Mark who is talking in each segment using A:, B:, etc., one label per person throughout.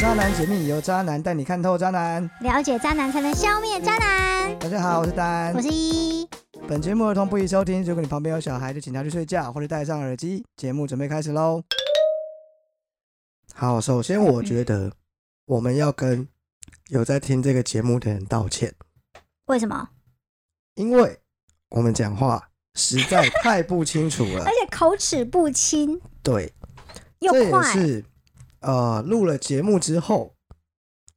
A: 渣男解密，由渣男带你看透渣男。
B: 了解渣男才能消灭渣男。
A: 大家好，我是丹
B: 我。是一，
A: 本节目儿童不宜收听，如果你旁边有小孩，就请他去睡觉或者戴上耳机。节目准备开始喽。好，首先我觉得我们要跟有在听这个节目的人道歉，
B: 为什么？
A: 因为我们讲话实在太不清楚了
B: 而。且口齿不清
A: 对，
B: 哎又
A: 这也
B: 快，
A: 是呃录了节目之后，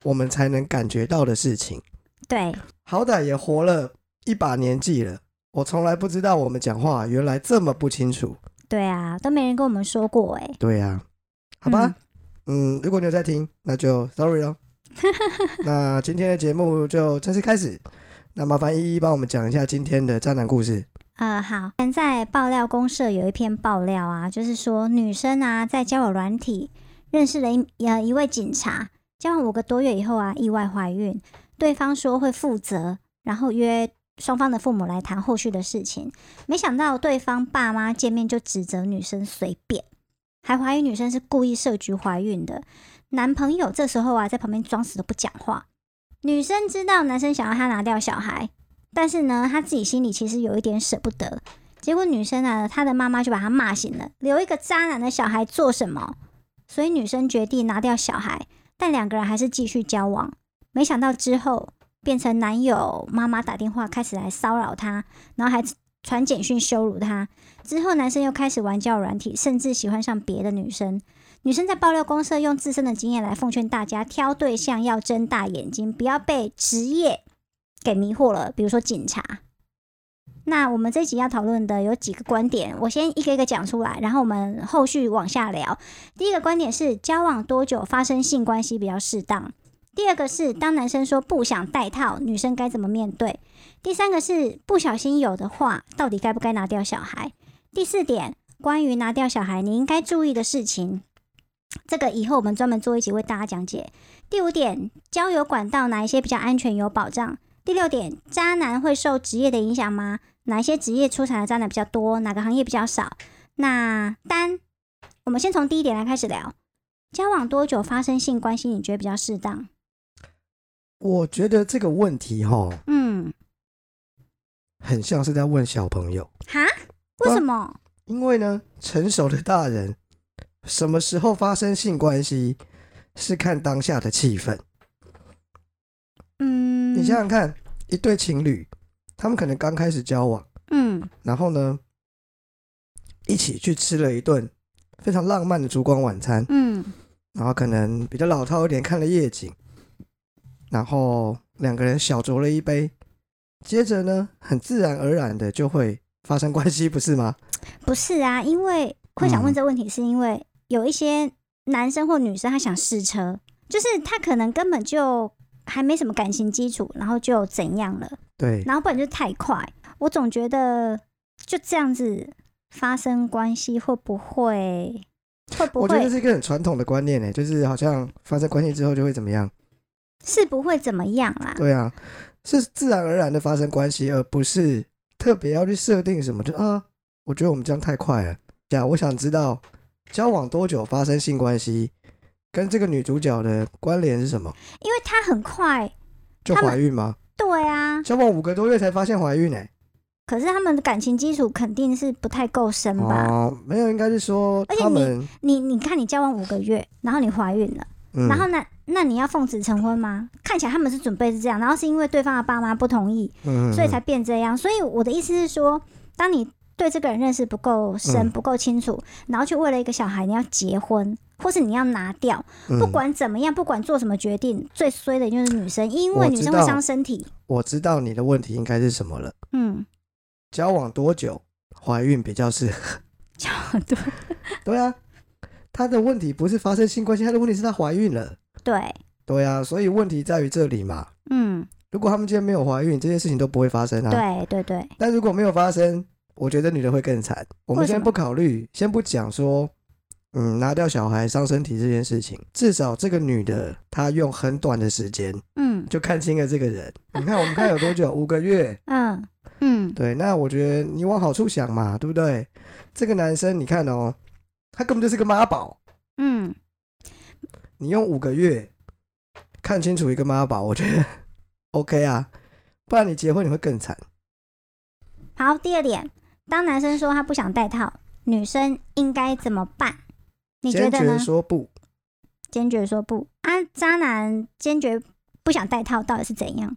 A: 我们才能感觉到的事情。
B: 对，
A: 好歹也活了一把年纪了，我从来不知道我们讲话原来这么不清楚。
B: 对啊，都没人跟我们说过哎、
A: 对呀、好吧，嗯如果你有在听，那就 sorry 咯。那今天的节目就正式开始。那麻烦依依帮我们讲一下今天的渣男故事。
B: 呃，好，在爆料公社有一篇爆料啊，就是说女生啊在交友软体认识了一呃一位警察，交往五个多月以后啊意外怀孕，对方说会负责，然后约双方的父母来谈后续的事情，没想到对方爸妈见面就指责女生随便，还怀疑女生是故意设局怀孕的，男朋友这时候啊在旁边装死都不讲话，女生知道男生想要她拿掉小孩，但是呢，他自己心里其实有一点舍不得。结果女生呢，她的妈妈就把她骂醒了，留一个渣男的小孩做什么？所以女生决定拿掉小孩，但两个人还是继续交往。没想到之后变成男友妈妈打电话开始来骚扰她，然后还传简讯羞辱她。之后男生又开始玩交友软体，甚至喜欢上别的女生。女生在爆料公社用自身的经验来奉劝大家，挑对象要睁大眼睛，不要被职业给迷惑了，比如说警察。那我们这一集要讨论的有几个观点，我先一个一个讲出来，然后我们后续往下聊。第一个观点是交往多久发生性关系比较适当。第二个是当男生说不想戴套，女生该怎么面对？第三个是不小心有的话，到底该不该拿掉小孩？第四点，关于拿掉小孩你应该注意的事情，这个以后我们专门做一集为大家讲解。第五点，交友管道哪一些比较安全有保障？第六点，渣男会受职业的影响吗？哪一些职业出产的渣男比较多？哪个行业比较少？那单，我们先从第一点来开始聊。交往多久发生性关系，你觉得比较适当？
A: 我觉得这个问题哈，
B: 嗯，
A: 很像是在问小朋友，
B: 哈？为什么？
A: 因为呢，成熟的大人什么时候发生性关系是看当下的气氛。
B: 嗯，
A: 你想想看，一对情侣，他们可能刚开始交往，
B: 嗯，
A: 然后呢，一起去吃了一顿非常浪漫的烛光晚餐，
B: 嗯
A: 然后可能比较老套一点，看了夜景，然后两个人小酌了一杯，接着呢，很自然而然的就会发生关系，不是吗？
B: 不是啊，因为会想问
A: 嗯
B: 这问题，是因为有一些男生或女生他想试车，就是他可能根本就还没什么感情基础，然后就怎样了。
A: 对，
B: 然后不然就是太快。我总觉得就这样子发生关系会不会会不
A: 我觉得这
B: 会
A: 是一个很传统的观念呢，就是好像发生关系之后就会怎么样？
B: 是不会怎么样啦？
A: 对啊，是自然而然的发生关系，而不是特别要去设定什么。就啊，我觉得我们这样太快了。对啊，我想知道交往多久发生性关系，跟这个女主角的关联是什么？
B: 因为他很快，
A: 就
B: 他们
A: 怀孕吗？
B: 对啊。
A: 交往五个多月才发现怀孕哎、
B: 可是他们的感情基础肯定是不太够深吧？
A: 哦，没有，应该是说
B: 而且
A: 他们，
B: 你你看，你交往五个月，然后你怀孕了，
A: 嗯，
B: 然后那那你要奉子成婚吗？看起来他们是准备是这样，然后是因为对方的爸妈不同意，
A: 嗯，
B: 所以才变这样。所以我的意思是说，当你对这个人认识不够深、
A: 嗯
B: 不够清楚，然后去为了一个小孩你要结婚，或是你要拿掉，
A: 嗯
B: 不、管怎么样，不管做什么决定，最衰的就是女生，因
A: 我
B: 为
A: 知
B: 女生会
A: 道
B: 伤身体。
A: 我知道你的问题应该是什么了。
B: 嗯，
A: 交往多久怀孕比较适合？
B: 对
A: 对啊，他的问题不是发生性关系，他的问题是她怀孕了。
B: 对，
A: 对啊，所以问题在于这里嘛。
B: 嗯，
A: 如果他们今天没有怀孕，这些事情都不会发生啊。。
B: 对对对，
A: 但如果没有发生，我觉得女人会更惨。我们
B: 为什
A: 先
B: 么
A: 不考虑，先不讲说，嗯，拿掉小孩伤身体这件事情，至少这个女的她用很短的时间
B: 嗯
A: 就看清了这个人。你看我们看有多久？五个月。
B: 嗯嗯，
A: 对，那我觉得你往好处想嘛，对不对？这个男生你看哦，他根本就是个妈宝，
B: 嗯，
A: 你用五个月看清楚一个妈宝， 我觉得 OK 啊，不然你结婚你会更惨。
B: 好，第二点，当男生说他不想戴套，女生应该怎么办？你觉
A: 坚
B: 得呢
A: 决？说不，
B: 坚决说不啊！渣男坚决不想戴套，到底是怎样？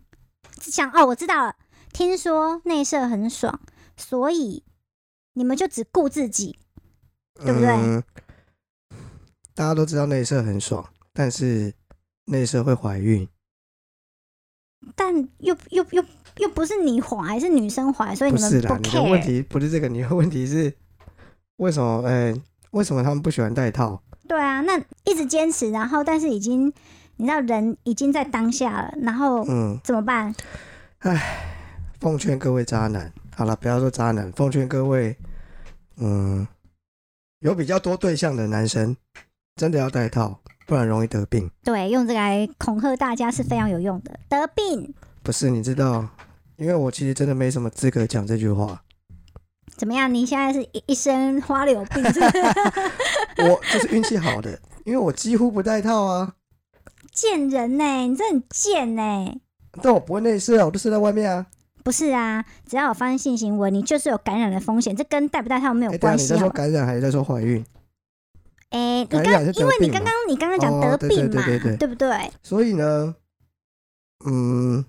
B: 想哦，我知道了。听说内射很爽，所以你们就只顾自己。对不对
A: 嗯？大家都知道内射很爽，但是内射会怀孕，
B: 但又又又又不是你怀，还是女生怀，所以
A: 不
B: 你
A: 是
B: 们
A: 啦。你的问
B: care。
A: 题不是这个，你的问题是为什么？哎、为什么他们不喜欢戴套？
B: 对啊，那一直坚持，然后但是已经你知道人已经在当下了，然后
A: 嗯，
B: 怎么办？
A: 奉劝各位渣男，好了，不要说渣男，奉劝各位，嗯，有比较多对象的男生，真的要戴套，不然容易得病。
B: 对，用这个来恐吓大家是非常有用的。得病
A: 不是，你知道，因为我其实真的没什么资格讲这句 话。
B: 怎么样？你现在是一一身花柳病是不是？
A: 我就是运气好的，因为我几乎不戴套啊，
B: 贱人呢、你真的很贱呢、
A: 但我不会内射啊，我都射在外面啊。
B: 不是啊，只要有发生性行为，你就是有感染的风险，这跟戴不戴套没有
A: 哎，等一
B: 关
A: 下你
B: 系啊
A: 在
B: 好
A: 说
B: 吗？
A: 感染还是在说怀孕？
B: 哎、你
A: 感
B: 刚
A: 染是
B: 因
A: 得
B: 为你
A: 病
B: 刚
A: 嘛
B: 刚？你刚刚讲
A: 哦
B: 得
A: 对对
B: 病嘛，
A: 对对对
B: 不对？
A: 所以呢，嗯，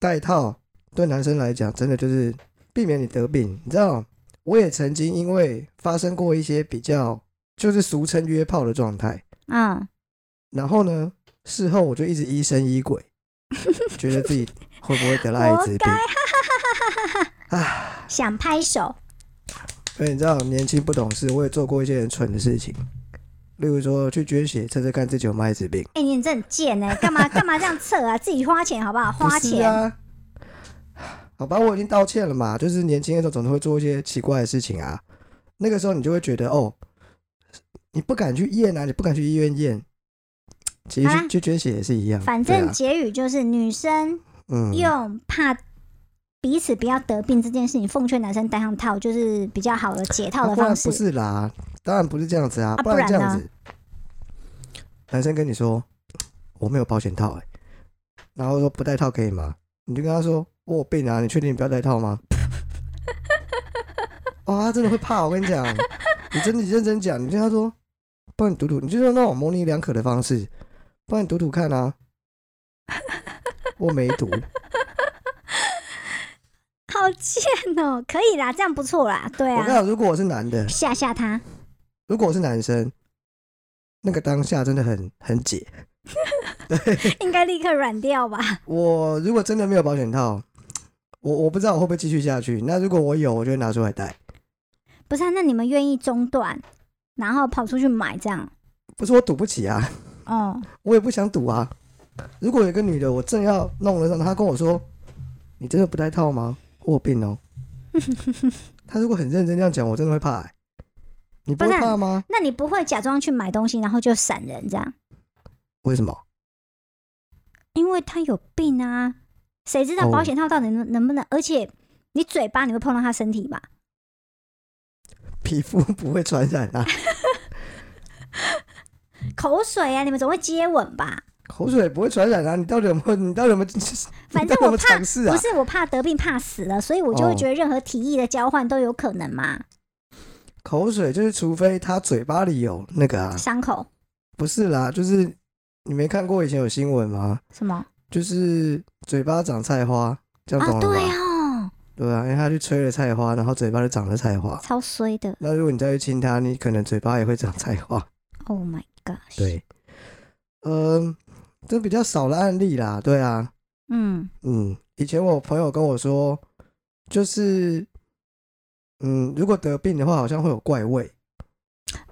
A: 戴套对男生来讲，真的就是避免你得病。你知道，我也曾经因为发生过一些比较就是俗称约炮的状态，
B: 嗯，
A: 然后呢，事后我就一直疑神疑 鬼，觉得自己会不会得了艾滋病？
B: 想拍手，
A: 所以你知道，年轻不懂事，我也做过一些很蠢的事情，例如说去捐血，测测看自己有没有艾滋病。
B: 哎、你真的很贱 呢、干嘛干嘛这样测啊？自己花钱好不好？花
A: 不是
B: 钱，
A: 啊。 好吧，我已经道歉了嘛。就是年轻的时候总是会做一些奇怪的事情啊。那个时候你就会觉得哦，你不敢去验啊，你不敢去医院验。其实
B: 好啦
A: 去去捐血也是一样，
B: 啊反
A: 对
B: 正
A: 啊、
B: 结语就是女生
A: 嗯，
B: 用怕彼此不要得病这件事情，奉劝男生戴上套就是比较好的解套
A: 啊
B: 的
A: 不然
B: 方
A: 不
B: 式。
A: 是啦，当然不是这样子啊，
B: 啊
A: 不然
B: 不
A: 这
B: 然
A: 样
B: 呢
A: 子，男生跟你说我没有保险套哎、然后说不戴套可以吗？你就跟他说我有病啊，你确定你不要戴套吗？ 哇，他真的会怕，我跟你讲，你真的你认真讲，你跟他说，不然你赌赌，你就用那种模棱两可的方式，不然你赌赌看啊，我没 赌，
B: 啊好贱哦、可以啦，这样不错啦，对
A: 我跟你
B: 啊，
A: 讲，如果我是男的，
B: 吓吓他。
A: 如果我是男生，那个当下真的很很解。
B: 应该立刻软掉吧？
A: 我如果真的没有保险套，我我不知道我会不会继续下去。那如果我有，我就会拿出来戴。
B: 不是、啊，那你们愿意中断，然后跑出去买这样？
A: 不是我赌不起啊，
B: 哦，
A: 我也不想赌啊。如果有一个女的，我正要弄了上，她跟我说：“你真的不戴套吗？我有病哦。”她如果很认真这样讲，我真的会怕、欸。你不会
B: 不是
A: 怕吗？
B: 那你不会假装去买东西，然后就闪人这样？
A: 为什么？
B: 因为他有病啊！谁知道
A: 哦
B: 保险套到底能能不能？而且你嘴巴你会碰到他身体吧？
A: 皮肤不会传染啊，
B: 口水啊，你们总会接吻吧？
A: 口水不会传染啊。你到底有没有？你到底有没有？
B: 反
A: 你到底
B: 正
A: 有没
B: 我
A: 有
B: 怕，
A: 尝试啊
B: 不？是我怕得病怕死了，所以我就
A: 哦
B: 会觉得任何提议的交换都有可能嘛。
A: 口水就是，除非她嘴巴里有那个啊，
B: 伤口
A: 不是啦，就是你没看过以前有新闻吗？
B: 什么
A: 就是嘴巴长菜花，这样懂了
B: 啊？
A: 吧？
B: 对哦，
A: 对啊因为他去吹了菜花，然后嘴巴就长了菜花。
B: 超衰的。
A: 那如果你再去亲它，你可能嘴巴也会长菜花。
B: Oh my gosh！，
A: 对，嗯、这比较少的案例啦。对啊，
B: 嗯，
A: 嗯，以前我朋友跟我说，就是，嗯，如果得病的话，好像会有怪味。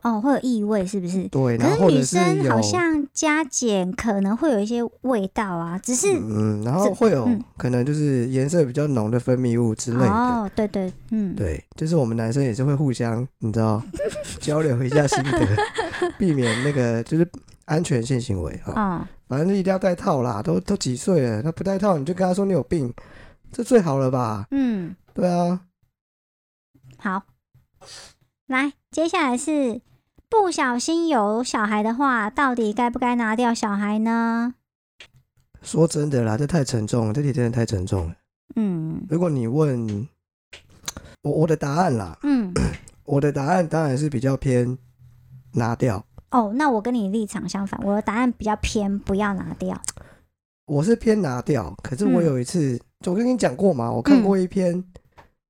B: 哦，会有异味是不是？
A: 对，然后
B: 可是
A: 或者
B: 女
A: 是
B: 生
A: 有，
B: 好像加减可能会有一些味道啊，只是、
A: 嗯，然后
B: 是
A: 会有、
B: 嗯
A: 可能就是颜色比较浓的分泌物之类的。
B: 哦，对对，嗯，
A: 对，就是我们男生也是会互相，你知道， 交流一下心得， 避免那个就是安全性行为啊、
B: 哦，
A: 反正一定要戴套啦，都都几岁了，他不戴套你就跟他说你有病，这最好了吧？
B: 嗯，
A: 对啊，
B: 好，来，接下来是不小心有小孩的话，到底该不该拿掉小孩呢？
A: 说真的啦，这太沉重了，这题真的太沉重了。
B: 嗯
A: 如果你问我我的答案啦，
B: 嗯，
A: 我的答案当然是比较偏拿掉。
B: 哦，那我跟你立场相反，我的答案比较偏不要拿掉。
A: 我是偏拿掉，可是我
B: 嗯
A: 有一次，就我跟你讲过嘛，我看过一篇、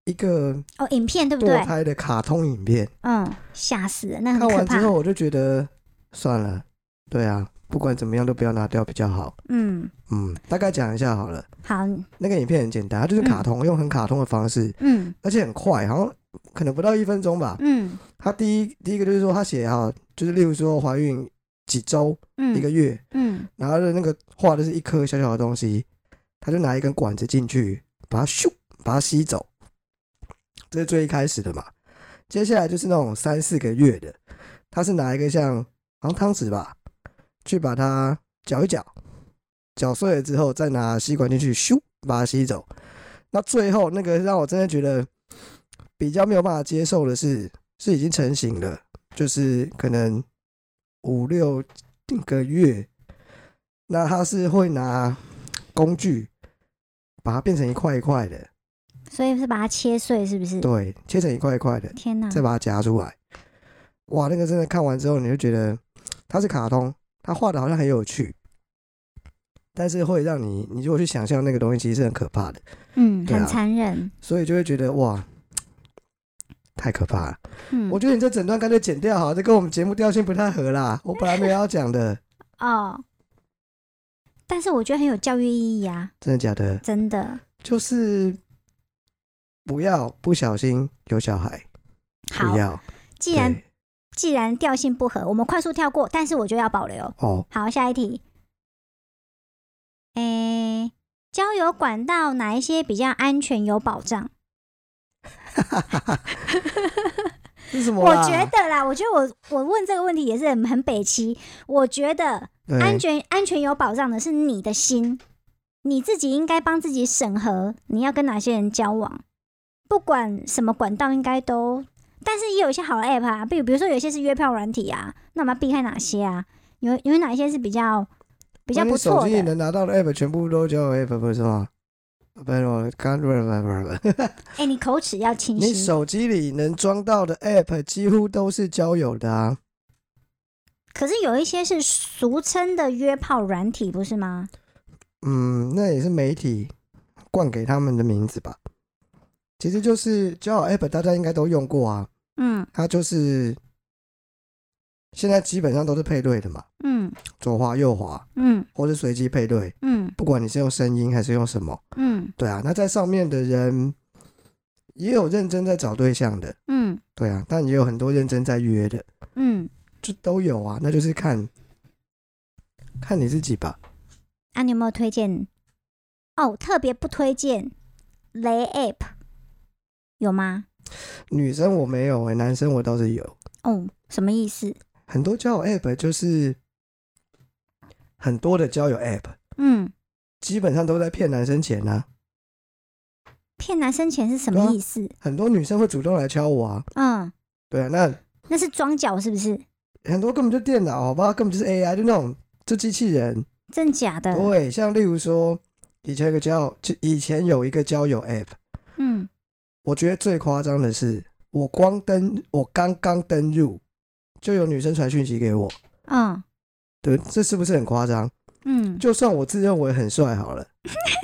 A: 一个
B: 哦，影片对不
A: 堕
B: 对？
A: 胎的卡通影片，
B: 嗯，吓死人，那很
A: 看
B: 可
A: 完之
B: 怕
A: 后。我就觉得算了，对啊，不管怎么样都不要拿掉比较好。
B: 嗯，
A: 嗯，大概讲一下好了。
B: 好，
A: 那个影片很简单，它就是卡通，用很卡通的方式，
B: 嗯
A: 而且很快，好像可能不到一分钟吧。
B: 嗯
A: 它第一第一个就是说，它写哈，就是例如说怀孕几周、
B: 嗯，
A: 一个月，
B: 嗯
A: 然后的那个画的是一颗小小的东西，他就拿一根管子进去，把它咻，把它吸走，这是最一开始的嘛。接下来就是那种三四个月的，他是拿一个像好像汤匙吧，去把它搅一搅，搅碎了之后再拿吸管进去咻，把它吸走。那最后那个让我真的觉得比较没有办法接受的是，是已经成型了，就是可能五六个月那他是会拿工具把它变成一块一块的，
B: 所以是把它切碎，是不是？
A: 对，切成一块一块的，
B: 天哪！
A: 再把它夹出来。哇，那个真的看完之后，你就觉得它是卡通，它画的好像很有趣，但是会让你，你如果去想象那个东西，其实是很可怕的，
B: 嗯，
A: 对啊
B: 很残忍。
A: 所以就会觉得哇，太可怕了。
B: 嗯，
A: 我觉得你这整段干脆剪掉好了，这跟我们节目调性不太合啦。我本来没有要讲的，
B: 哦，但是我觉得很有教育意义啊，
A: 真的假的？
B: 真的。
A: 就是不要不小心有小孩，
B: 好
A: 不，要。
B: 既然
A: 对
B: 既然调性不合，我们快速跳过，但是我就要保留。
A: 哦，
B: 好，下一题。诶，交友管道哪一些比较安全有保障？
A: 是什么
B: 我
A: 啦？
B: 觉得啦，我觉得我我问这个问题也是很很北齐。我觉得
A: 对
B: 安全安全有保障的是你的心，你自己应该帮自己审核你要跟哪些人交往，不管什么管道应该都，但是也有一些好的 app 啊，比如比如说有一些是约票软体啊，那我们要避开哪些啊？有有哪一些是比较比较
A: 那你
B: 不错
A: 手机
B: 的？
A: 能拿到的 app 全部都叫 app 不是吗？不是，我刚不是不是不是不是，
B: 哎、你口齿要清
A: 你
B: 晰。
A: 手机里能装到的 app 几乎都是交友的啊。
B: 可是有一些是俗称的约炮软体，不是吗？
A: 嗯，那也是媒体冠给他们的名字吧。其实就是交友 app，大家应该都用过啊。
B: 嗯
A: 它就是现在基本上都是配对的嘛，
B: 嗯
A: 左滑右滑，
B: 嗯
A: 或是随机配对，
B: 嗯
A: 不管你是用声音还是用什么，
B: 嗯
A: 对啊，那在上面的人也有认真在找对象的，
B: 嗯
A: 对啊，但也有很多认真在约的，
B: 嗯，
A: 就都有啊。那就是看看你自己吧。
B: 啊，你有没有推荐？哦，特别不推荐雷 app 有吗？
A: 女生我没有诶、欸男生我倒是有。
B: 哦，什么意思？
A: 很多交友 app 就是很多的交友 app，
B: 嗯，
A: 基本上都在骗男生钱啊。
B: 骗男生钱是什么意思？
A: 很多女生会主动来敲我啊，
B: 嗯，
A: 对啊，那
B: 那是装脚是不是？
A: 很多根本就电脑，好吧，根本就是 AI，就那种就机器人。
B: 真假的？
A: 对，像例如说以前有个交友，就以前有一个交友 app。
B: 嗯，
A: 我觉得最夸张的是，我光登，我刚刚登入，就有女生传讯息给我，
B: 嗯
A: 对，这是不是很夸张？
B: 嗯，
A: 就算我自认为很帅好了，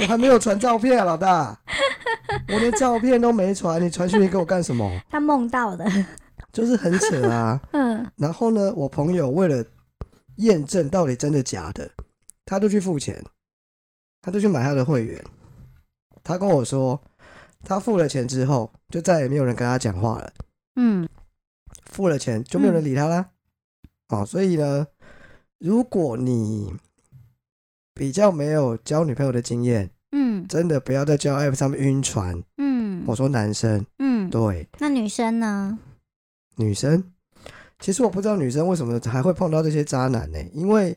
A: 我还没有传照片啊，老大，我连照片都没传，你传讯息给我干什么？
B: 他梦 到了。
A: 就是很扯啊。
B: 嗯
A: 然后呢，我朋友为了验证到底真的假的，他就去付钱，他就去买他的会员。他跟我说，他付了钱之后，就再也没有人跟他讲话了。
B: 嗯
A: 付了钱就没有人理他啦。哦，所以呢，如果你比较没有交女朋友的经验，
B: 嗯
A: 真的不要在交友 app 上面晕船。
B: 嗯
A: 我说男生，
B: 嗯，
A: 对
B: 那女生呢？
A: 女生，其实我不知道女生为什么还会碰到这些渣男呢、因为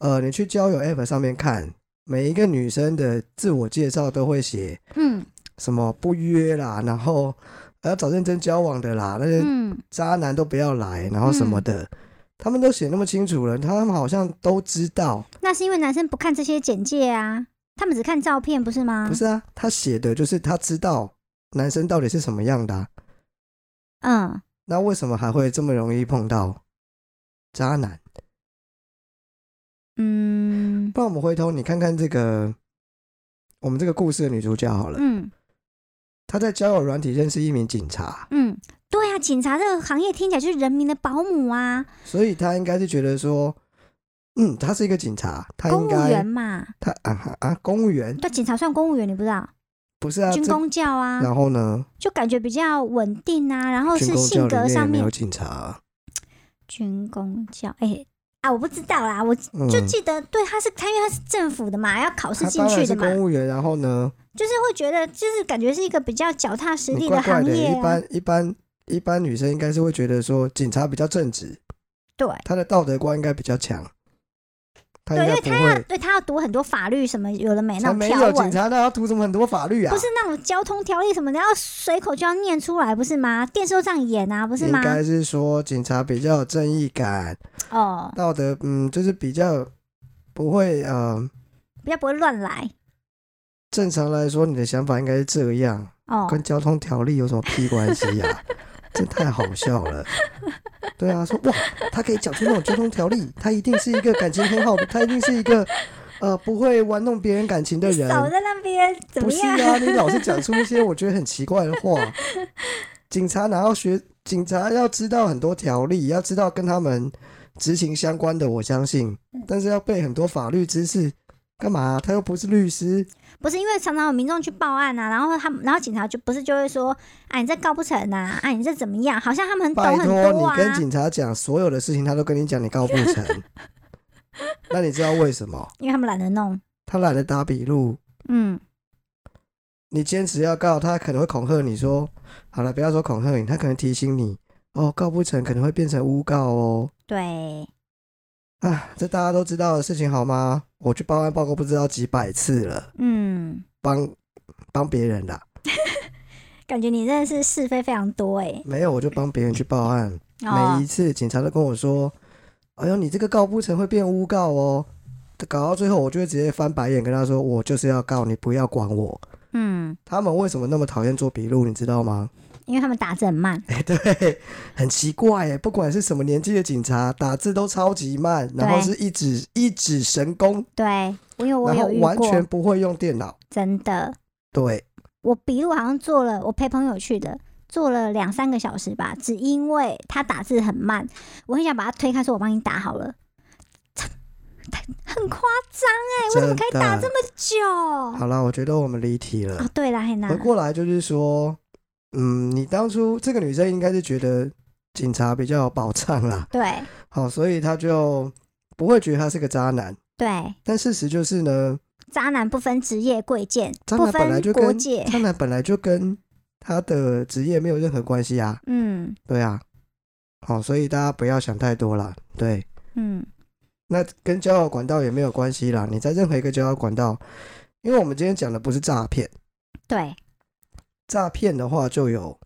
A: 呃，你去交友 app 上面看，每一个女生的自我介绍都会写
B: 嗯
A: 什么不约啦，然后呃还要找认真交往的啦，那些
B: 嗯，
A: 渣男都不要来，然后什么的，他们都写那么清楚了，他们好像都知道，
B: 那是因为男生不看这些简介啊，他们只看照片，不是吗？
A: 不，是啊？他写的就是他知道男生到底是什么样的啊、
B: 嗯，
A: 那为什么还会这么容易碰到渣男？
B: 嗯，
A: 不然我们回头你看看这个我们这个故事的女主角好了，
B: 嗯，
A: 她在交友软体认识一名警察，
B: 嗯，对啊，警察这个行业听起来就是人民的保姆啊，
A: 所以她应该是觉得说，嗯，她是一个警察，她
B: 公
A: 应
B: 务员
A: 该
B: 嘛，
A: 她啊哈啊公务员
B: 对，警察算公务员，你不知道？
A: 不是啊，
B: 军
A: 这
B: 工教啊，
A: 然后呢，
B: 就感觉比较稳定啊，然后
A: 军
B: 是
A: 工教里
B: 性格
A: 面也
B: 上
A: 没
B: 面
A: 有警察啊，
B: 军工教，哎、啊，我不知道啦，我
A: 嗯
B: 就记得，对，他是他因为他是政府的嘛，要考试
A: 她
B: 进
A: 当
B: 去
A: 然
B: 的
A: 是
B: 嘛，
A: 公务员，然后呢，
B: 就是会觉得，就是感觉是一个比较脚踏实
A: 你
B: 地
A: 嗯怪怪
B: 行
A: 的，
B: 业、
A: 一
B: 啊，
A: 般一般一般女生应该是会觉得说，警察比较正直，
B: 对。
A: 她的道德观应该比较强，她应
B: 对，因
A: 该不
B: 为他要
A: 会。
B: 对他要读很多法律什么有的没那
A: 才
B: 种
A: 没
B: 条
A: 有警
B: 文，
A: 察，那要读什么很多法律啊？
B: 不是那种交通条例什么的，要随口就要念出来，不是吗？电视都这样演啊，不是吗
A: 应？该是说警察比较有正义感，
B: 哦，
A: 道德嗯，就是比较不会呃，
B: 比较不会乱来
A: 正常来说你的想法应该是这样，
B: 哦。
A: 跟交通条例有什么屁关系呀、 这太好笑了。对啊，说哇，他可以讲出那种交通条例，他一定是一个感情很好的，他一定是一个呃不会玩弄别人感情的
B: 你
A: 人。
B: 少在那边怎
A: 不
B: 么
A: 是
B: 样？
A: 啊，你老是讲出一些我觉得很奇怪的话。警察哪要学？警察要知道很多条例，要知道跟他们执行相关的，我相信。
B: 嗯
A: 但是要背很多法律知识，干嘛、啊他又不是律师，
B: 不是因为常常有民众去报案啊，然后他们，然后警察就不是就会说，啊，你这告不成啊，啊，你这怎么样？好像他们很懂
A: 拜
B: 很
A: 托
B: 多
A: 你
B: 啊。
A: 跟警察讲所有的事情，他都跟你讲你告不 成。那你知道为什么？
B: 因为他们懒得弄。
A: 他懒得打笔录，
B: 嗯，
A: 你坚持要告他，可能会恐吓你说：“好了，不要说恐吓你，他可能提醒你哦，告不成可能会变成诬告哦。”
B: 对，
A: 啊，这大家都知道的事情好吗？我去报案报告不知道几百次了，
B: 嗯，
A: 帮帮别人的，
B: 感觉你真的是是非非常多哎、
A: 没有我就帮别人去报案。每
B: 哦
A: 一，次警察都跟我说：“哎呦，你这个告不成会变诬告哦。”搞到最后，我就会直接翻白眼跟他说：“我就是要告你，不要管我。
B: 嗯，”
A: 他们为什么那么讨厌做笔录，你知道吗？
B: 因为他们打字很慢，
A: 哎、对，很奇怪哎，不管是什么年纪的警察，打字都超级慢，然后
B: 对
A: 是一指一指神功，
B: 对，因为我
A: 然后
B: 有遇
A: 完
B: 过
A: 全，不会用电脑。
B: 真的，
A: 对，
B: 我笔录好像做了，我陪朋友去的，做了两三个小时吧，只因为他打字很慢，我很想把他推开，说我帮你打好了，很夸张哎、为什么可以打
A: 真的
B: 这么久？
A: 好啦，我觉得我们离题了
B: 哦，。对啦，很
A: 回
B: 难，
A: 过来就是说，嗯，你当初这个女生应该是觉得警察比较有保障啦，
B: 对
A: 好，所以她就不会觉得他是个渣男。
B: 对，
A: 但事实就是呢，
B: 渣男不分职业贵贱，
A: 渣
B: 不
A: 男本来
B: 分
A: 就
B: 国
A: 跟
B: 界，
A: 渣男本来就跟他的职业没有任何关系啊，
B: 嗯
A: 对啊，好，所以大家不要想太多啦，对，
B: 嗯，
A: 那跟交友管道也没有关系啦，你在任何一个交友管道，因为我们今天讲的不是诈骗，
B: 对，
A: 诈骗的话就有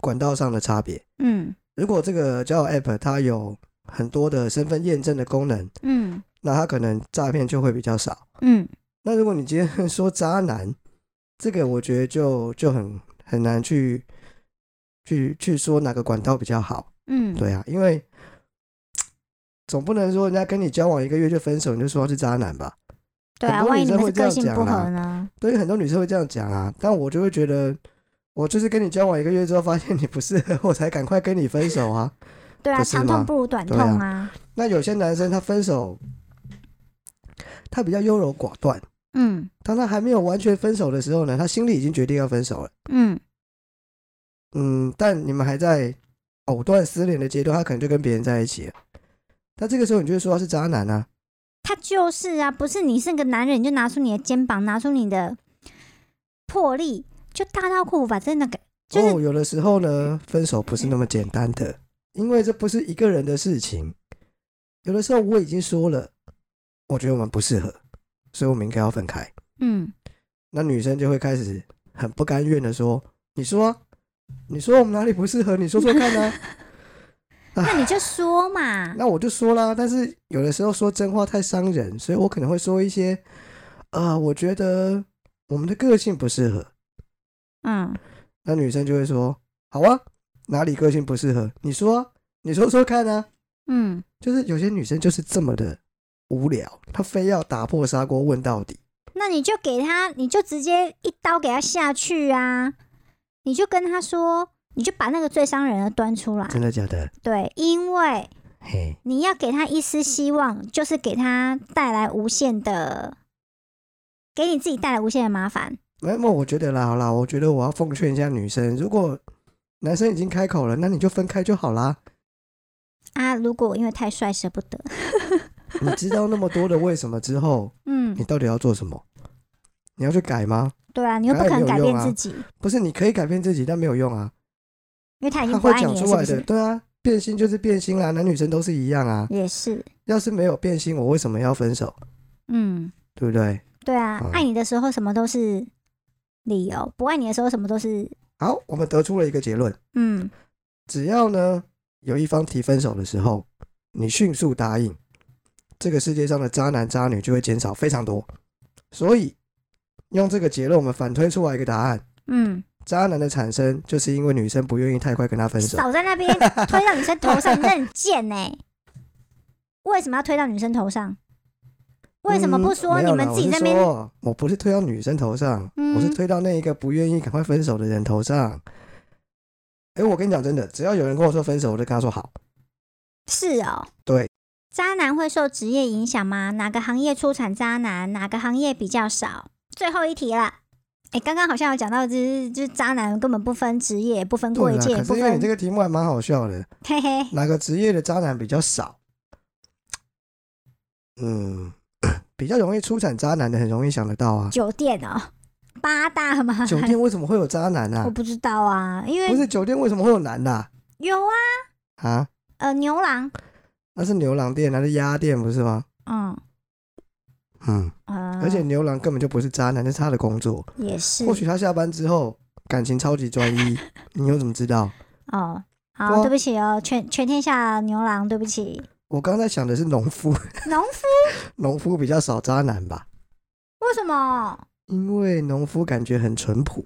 A: 管道上的差别。
B: 嗯
A: 如果这个交友 App 它有很多的身份验证的功能，
B: 嗯
A: 那它可能诈骗就会比较少。
B: 嗯，
A: 那如果你今天 说渣男，这个我觉得就就很很难去去去说哪个管道比较好。
B: 嗯，
A: 对啊，因为总不能说人家跟你交往一个月就分手，你就说他是渣男吧？
B: 对啊，
A: 很多
B: 万
A: 女
B: 一你
A: 生
B: 们
A: 会
B: 是
A: 这样
B: 个性不
A: 讲啦
B: 合呢？
A: 对于很多女生会这样讲啊，但我就会觉得，我就是跟你交往一个月之后发现你不适合，我才赶快跟你分手啊。
B: 对啊，
A: 不是
B: 长
A: 吗
B: 痛不如短
A: 对
B: 痛
A: 啊
B: 啊，
A: 那有些男生他分手，他比较优柔寡断。
B: 嗯
A: 当他还没有完全分手的时候呢，他心里已经决定要分手了。
B: 嗯，
A: 嗯，但你们还在藕断丝连的阶段，他可能就跟别人在一起了。那这个时候你就会说他是渣男啊？
B: 他就是啊，不是你是个男人，你就拿出你的肩膀，拿出你的魄力，就大刀阔斧把真的给，就是、
A: 哦，有的时候呢，分手不是那么简单的，因为这不是一个人的事情。有的时候我已经说了，我觉得我们不适合，所以我们应该要分开。
B: 嗯，
A: 那女生就会开始很不甘愿的说：“你说啊你说我们哪里不适合？你说说看呢、
B: 那你就说嘛。
A: 那我就说啦，但是有的时候说真话太伤人，所以我可能会说一些，呃，我觉得我们的个性不适合。
B: 嗯，
A: 那女生就会说，好啊，哪里个性不适合？你说啊、你说说看啊。
B: 嗯，
A: 就是有些女生就是这么的无聊，她非要打破砂锅问到底。
B: 那你就给他，你就直接一刀给他下去啊！你就跟他说，你就把那个最伤人的端出来。
A: 真的假的？
B: 对，因为
A: 嘿，
B: 你要给他一丝希望，就是给他带来无限的，给你自己带来无限的麻烦。
A: 哎那么我觉得啦，好啦，我觉得我要奉劝一下女生，如果男生已经开口了，那你就分开就好啦。
B: 啊，如果我因为太帅舍不得，
A: 你知道那么多的为什么之后，
B: 嗯
A: 你，到底要做什么？你要去改吗？
B: 对啊，你又不可能改变自己，
A: 不是，你可以改变自己，但没有用啊。
B: 因为他已
A: 他
B: 经不
A: 会
B: 爱
A: 讲
B: 你了，
A: 出
B: 是
A: 来的，
B: 不是？
A: 对啊，变心就是变心啦，男女生都是一样啊。
B: 也是，
A: 要是没有变心，我为什么要分手？
B: 嗯，
A: 对不对？
B: 对啊
A: 嗯，
B: 爱你的时候什么都是理由，不爱你的时候什么都是，
A: 好，我们得出了一个结论：
B: 嗯
A: 只要呢有一方提分手的时候，你迅速答应，这个世界上的渣男渣女就会减少非常多。所以用这个结论，我们反推出来一个答案：
B: 嗯，
A: 渣男的产生就是因为女生不愿意太快跟他分手。
B: 少在那边推到女生 头上，你真的很贱呢、为什么要推到女生头上？为什么不
A: 嗯
B: 说
A: 没
B: 你
A: 有啦
B: 们自己
A: 我
B: 在
A: 是
B: 那边？
A: 说我不是推到女生头上，
B: 嗯
A: 我是推到那一个不愿意赶快分手的人头上。哎、我跟你讲真的，只要有人跟我说分手，我就跟他说好。
B: 是哦，
A: 对，
B: 渣男会受职业影响吗？哪个行业出产渣男？哪个行业比较少？最后一题了。哎，刚刚好像有讲到，就是就是渣男根本不分职业，不分
A: 对
B: 贵
A: 啦，
B: 界，
A: 可
B: 不
A: 是因为
B: 分
A: 你这个题目还蛮好笑的，
B: 嘿嘿，。
A: 哪个职业的渣男比较少？嗯， 比较容易出产渣男的，很容易想得到啊
B: 酒店哦，八大吗？
A: 酒店为什么会有渣男
B: 我
A: 啊？
B: 不知道啊，因
A: 不
B: 为
A: 是酒店为什么会有男的啊？
B: 有啊，
A: 啊
B: 呃，牛郎，
A: 那是牛郎店，那是鸭店，不是吗？
B: 嗯
A: 嗯，
B: 呃，
A: 而且牛郎根本就不是渣男，那是他的工作。
B: 也是
A: 或许他下班之后感情超级专 一，你又怎么知道？
B: 哦，
A: 我
B: 好，对不起哦，全全天下牛郎，对不 起，
A: 我刚才想的是农夫，
B: 农夫
A: 农夫比较少渣男吧，
B: 为什么？
A: 因为农夫感觉很淳朴。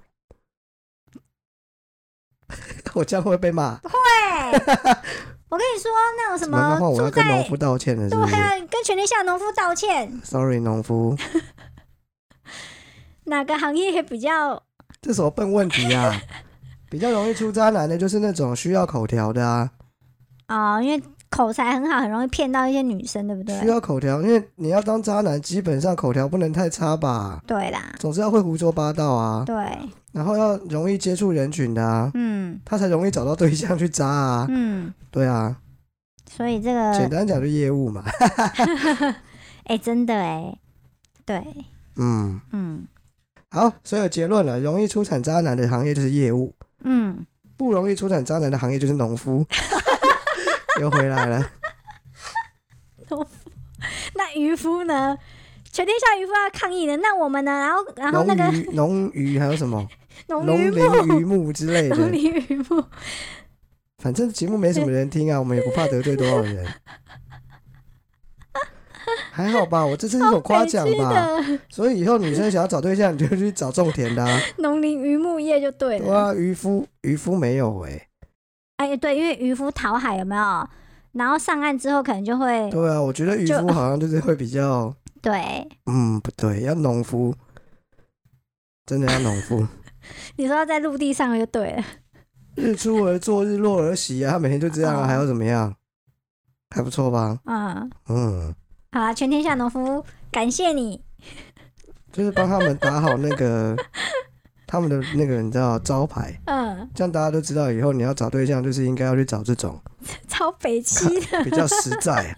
A: 我这样会被骂，
B: 哎， 我跟你说，那种什么
A: 那话我
B: 住
A: 要跟
B: 在
A: 农夫道歉了，是不是
B: 对啊，你跟全天下农夫道歉，
A: ？Sorry，农夫，
B: 哪个行业比较？
A: 这什么笨问题 啊？比较容易出渣男的就是那种需要口条的啊，
B: 哦，因为口才很好，很容易骗到一些女生，对不
A: 需
B: 对？
A: 要口条，因为你要当渣男，基本上口条不能太差吧，
B: 对啦，
A: 总是要会胡说八道啊，
B: 对，
A: 然后要容易接触人群的啊，
B: 嗯
A: 他才容易找到对象去渣啊。
B: 嗯，呃
A: 对啊，
B: 所以这
A: 简
B: 个，
A: 单讲就业务嘛。
B: 哎，真的哎，对，
A: 嗯，
B: 嗯
A: 好，所以有结论了，容易出产渣男的行业就是业务，
B: 嗯，
A: 不容易出产渣男的行业就是农 夫。又回来了，
B: 那渔夫呢？全天下渔夫要抗议的，那我们呢？然后然后
A: 农
B: 那个
A: 渔、农渔还有什 么
B: 农
A: 农
B: 渔
A: 林 渔牧之类
B: 农
A: 的，
B: 林渔夫，
A: 反正节目没什么人 听啊，我们也不怕得罪多少人。还好吧，我这是一种夸奖
B: 北区
A: 吧。
B: 的
A: 所以以后女生想要找对象，你就去找种田的、啊。
B: 农林渔牧业就 对
A: 对
B: 了。
A: 啊，渔夫渔夫没有哎、
B: 哎，对，因为渔夫讨海有没有？然后上岸之后可能就会
A: 对啊，我觉得渔
B: 就
A: 夫好像就是会比较，
B: 对
A: 嗯，不对，要农夫，真的要农 夫，
B: 你说要在陆地上就对了。
A: 日出而作，日落而息啊，他每天就这样啊，
B: 哦
A: 还要怎么样？还不错吧？
B: 嗯，
A: 嗯，
B: 好啦，全天下农夫，感谢你。
A: 就是帮他们打好那个他们的那个你知道招牌，
B: 嗯，
A: 这样大家都知道以后你要找对象就是应该要去找这种
B: 超北七 的。
A: 比较实在。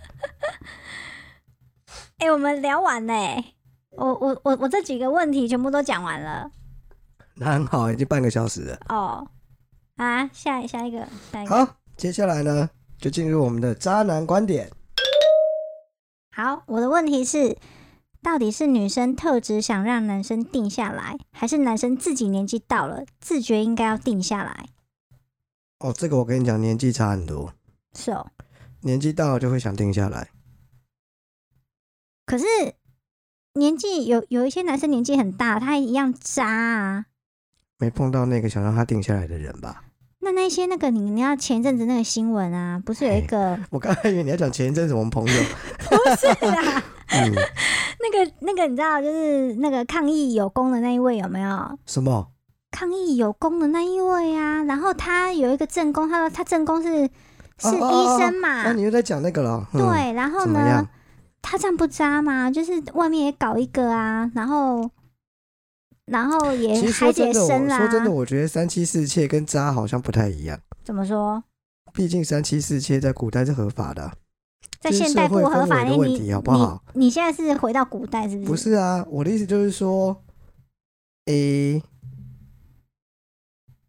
B: 哎、我们聊完嘞。我我我我这几个问题全部都讲完了
A: 那很好，已经半个小时了。
B: 哦。啊，下下一个，下一个。
A: 好，接下来呢就进入我们的渣男观点。
B: 好，我的问题是，到底是女生特质想让男生定下来，还是男生自己年纪到了，自觉应该要定下来？
A: 哦，这个我跟你讲，年纪差很多，
B: 是哦。
A: 年纪大了就会想定下来。
B: 可是年纪有有一些男生年纪很大，他一样渣啊。
A: 没碰到那个想让他定下来的人吧？
B: 那那些那个你你要前阵子那个新闻啊，不是有一个
A: 我刚才以为你要讲前一阵子我们朋友，
B: 不 是啦，
A: 嗯，
B: 那个那个你知道就是那个抗议有功的那一位有没有？
A: 什么？
B: 抗议有功的那一位啊，然后他有一个正宫，他说他正宫是是
A: 哦哦哦
B: 医生嘛，
A: 那、你又在讲那个了？嗯、，
B: 啊对，然后
A: 怎么
B: 呢
A: 样，？
B: 他这样不渣吗？就是外面也搞一个啊，然后然后也
A: 其实说
B: 孩子也
A: 真的，我
B: 生啦、
A: 说真的，我觉得三妻四妾跟渣好像不太一样。
B: 怎么说？
A: 毕竟三妻四妾在古代是合法的啊，
B: 在
A: 这是
B: 现代
A: 社会
B: 不合
A: 氛
B: 法，
A: 围的
B: 那
A: 问
B: 你
A: 题好不好
B: 你你现在是回到古代是不是？
A: 不是啊？我的意思就是说，诶、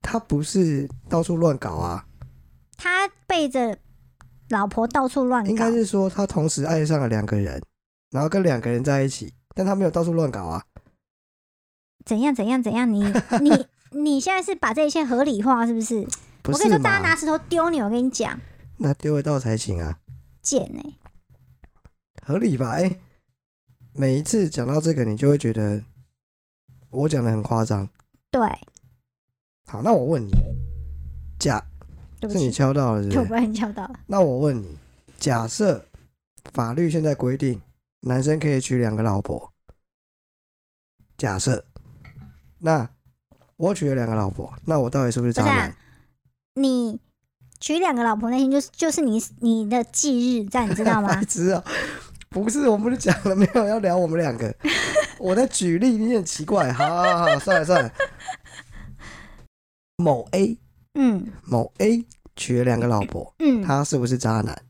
A: 他不是到处乱搞啊，
B: 他背着老婆到处乱搞，
A: 应该是说他同时爱上了两个人，然后跟两个人在一起，但他没有到处乱搞啊。
B: 怎样怎样 怎样？你你你现在是把这一切合理化是不是？
A: 不
B: 我跟你
A: 是
B: 说，大家
A: 嘛？
B: 拿石头丢你，我跟你讲，
A: 那丢得到才行啊，
B: 贱哎、
A: 合理吧？哎、每一次讲到这个，你就会觉得我讲的很夸张。
B: 对，
A: 好，那我问你，假
B: 对不
A: 是你
B: 起，
A: 敲到了是
B: 我
A: 不
B: 不
A: 是？
B: 然叫到了，
A: 那我问你，假设法律现在规定男生可以娶两个老婆，假设，那我娶了两个老婆，那我到底是不是渣
B: 不是啊
A: 男？
B: 你。娶两个老婆那天就是就是你你的忌日在，你知道 吗
A: 白？痴啊！不是，我们不是讲了没有要聊我们两个，我在举例，你很奇怪。好好好，算了算了。某 A
B: 嗯
A: 某 A 娶了两个老婆，
B: 嗯，
A: 他是不是渣男？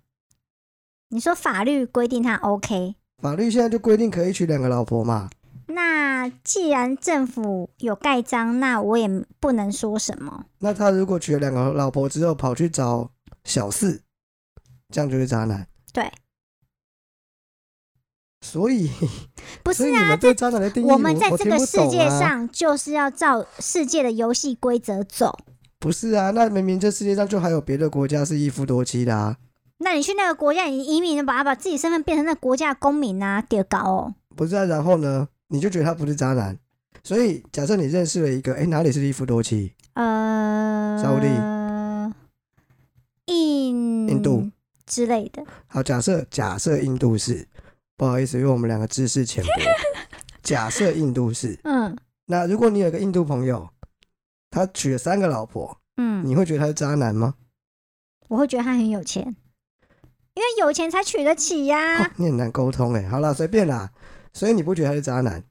B: 你说法律规定他 OK，
A: 法律现在就规定可以娶两个老婆嘛？
B: 那既然政府有盖章，那我也不能说什么。
A: 那他如果娶了两个老婆之后跑去找小四，这样就是渣男。
B: 对，
A: 所以，
B: 不
A: 所
B: 是
A: 以你
B: 啊，
A: 们对渣男的定义，
B: 我们在
A: 我
B: 这个世界，
A: 我听不懂啊
B: 上就是要照世界的游戏规则走。
A: 不是啊？那明明这世界上就还有别的国家是一夫多妻的啊，
B: 那你去那个国家，你移民，把把自己身份变成那个国家的公民啊，丢搞哦。
A: 不是啊？然后呢，你就觉得他不是渣男。所以，假设你认识了一个，哎，哪里是一夫多妻？
B: 呃，
A: 沙烏
B: 印
A: 印度
B: 之类的，
A: 好，假设假设印度是，不好意思，因为我们两个知识浅薄。假设印度是，
B: 嗯
A: 那如果你有个印度朋友，他娶了三个老婆，
B: 嗯，
A: 你会觉得他是渣男吗？
B: 我会觉得他很有钱，因为有钱才娶得起呀、
A: 哦你很难沟通哎。好啦，随便啦。所以你不觉得他是渣男？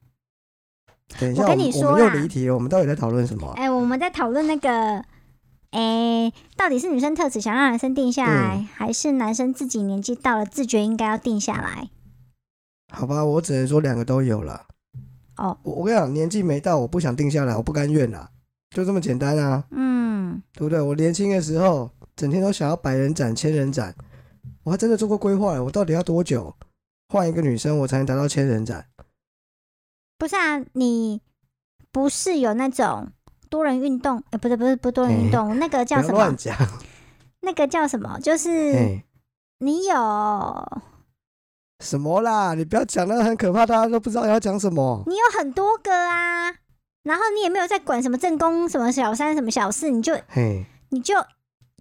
A: 等一下，
B: 我
A: 我
B: 跟
A: 们
B: 你说
A: 我们又
B: 啦
A: 离题了。我们到底在讨论什么啊、
B: 哎、我们在讨论那个，哎、到底是女生特质想让男生定
A: 嗯
B: 下来，还是男生自己年纪到了自觉应该要定下来？
A: 好吧，我只能说两个都有了。
B: 哦，
A: 我我跟你讲，年纪没到，我不想定下来，我不甘愿啦，就这么简单啊，
B: 嗯，
A: 对不对？我年轻的时候，整天都想要百人斩、千人斩，我还真的做过规划，我到底要多久换一个女生，我才能达到千人斩？
B: 不是啊，你不是有那种多人运动？哎、不是，不是，不是多人运动，那个
A: 不
B: 叫
A: 要
B: 什么嗯
A: 乱？讲，
B: 那个叫什么？就是
A: 哎，
B: 你有
A: 什么啦？你不要讲那个很可怕，大家都不知道要讲什么。
B: 你有很多个啊，然后你也没有在管什么正宫、什么小三、什么小四，你就
A: 嘿，
B: 你就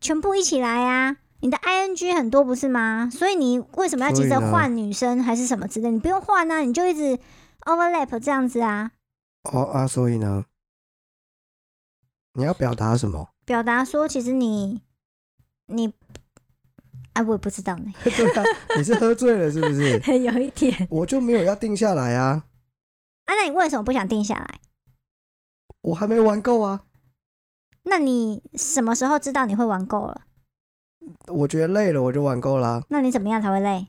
B: 全部一起来啊！你的 ing 很多不是吗？所以你为什么要急
A: 所
B: 着
A: 以呢
B: 换女生还是什么之类？你不用换啊，你就一直 overlap 这样子啊。
A: 哦啊，所以呢，你要表达什么？
B: 表达说，其实你你，哎、我也不知道呢，
A: 对啊，你是喝醉了是不是？
B: 有一点。
A: 我就没有要定下来啊，
B: 啊，那你为什么不想定下来？
A: 我还没玩够啊，
B: 那你什么时候知道你会玩够了？
A: 我觉得累了我就玩够啦、
B: 那你怎么样才会累？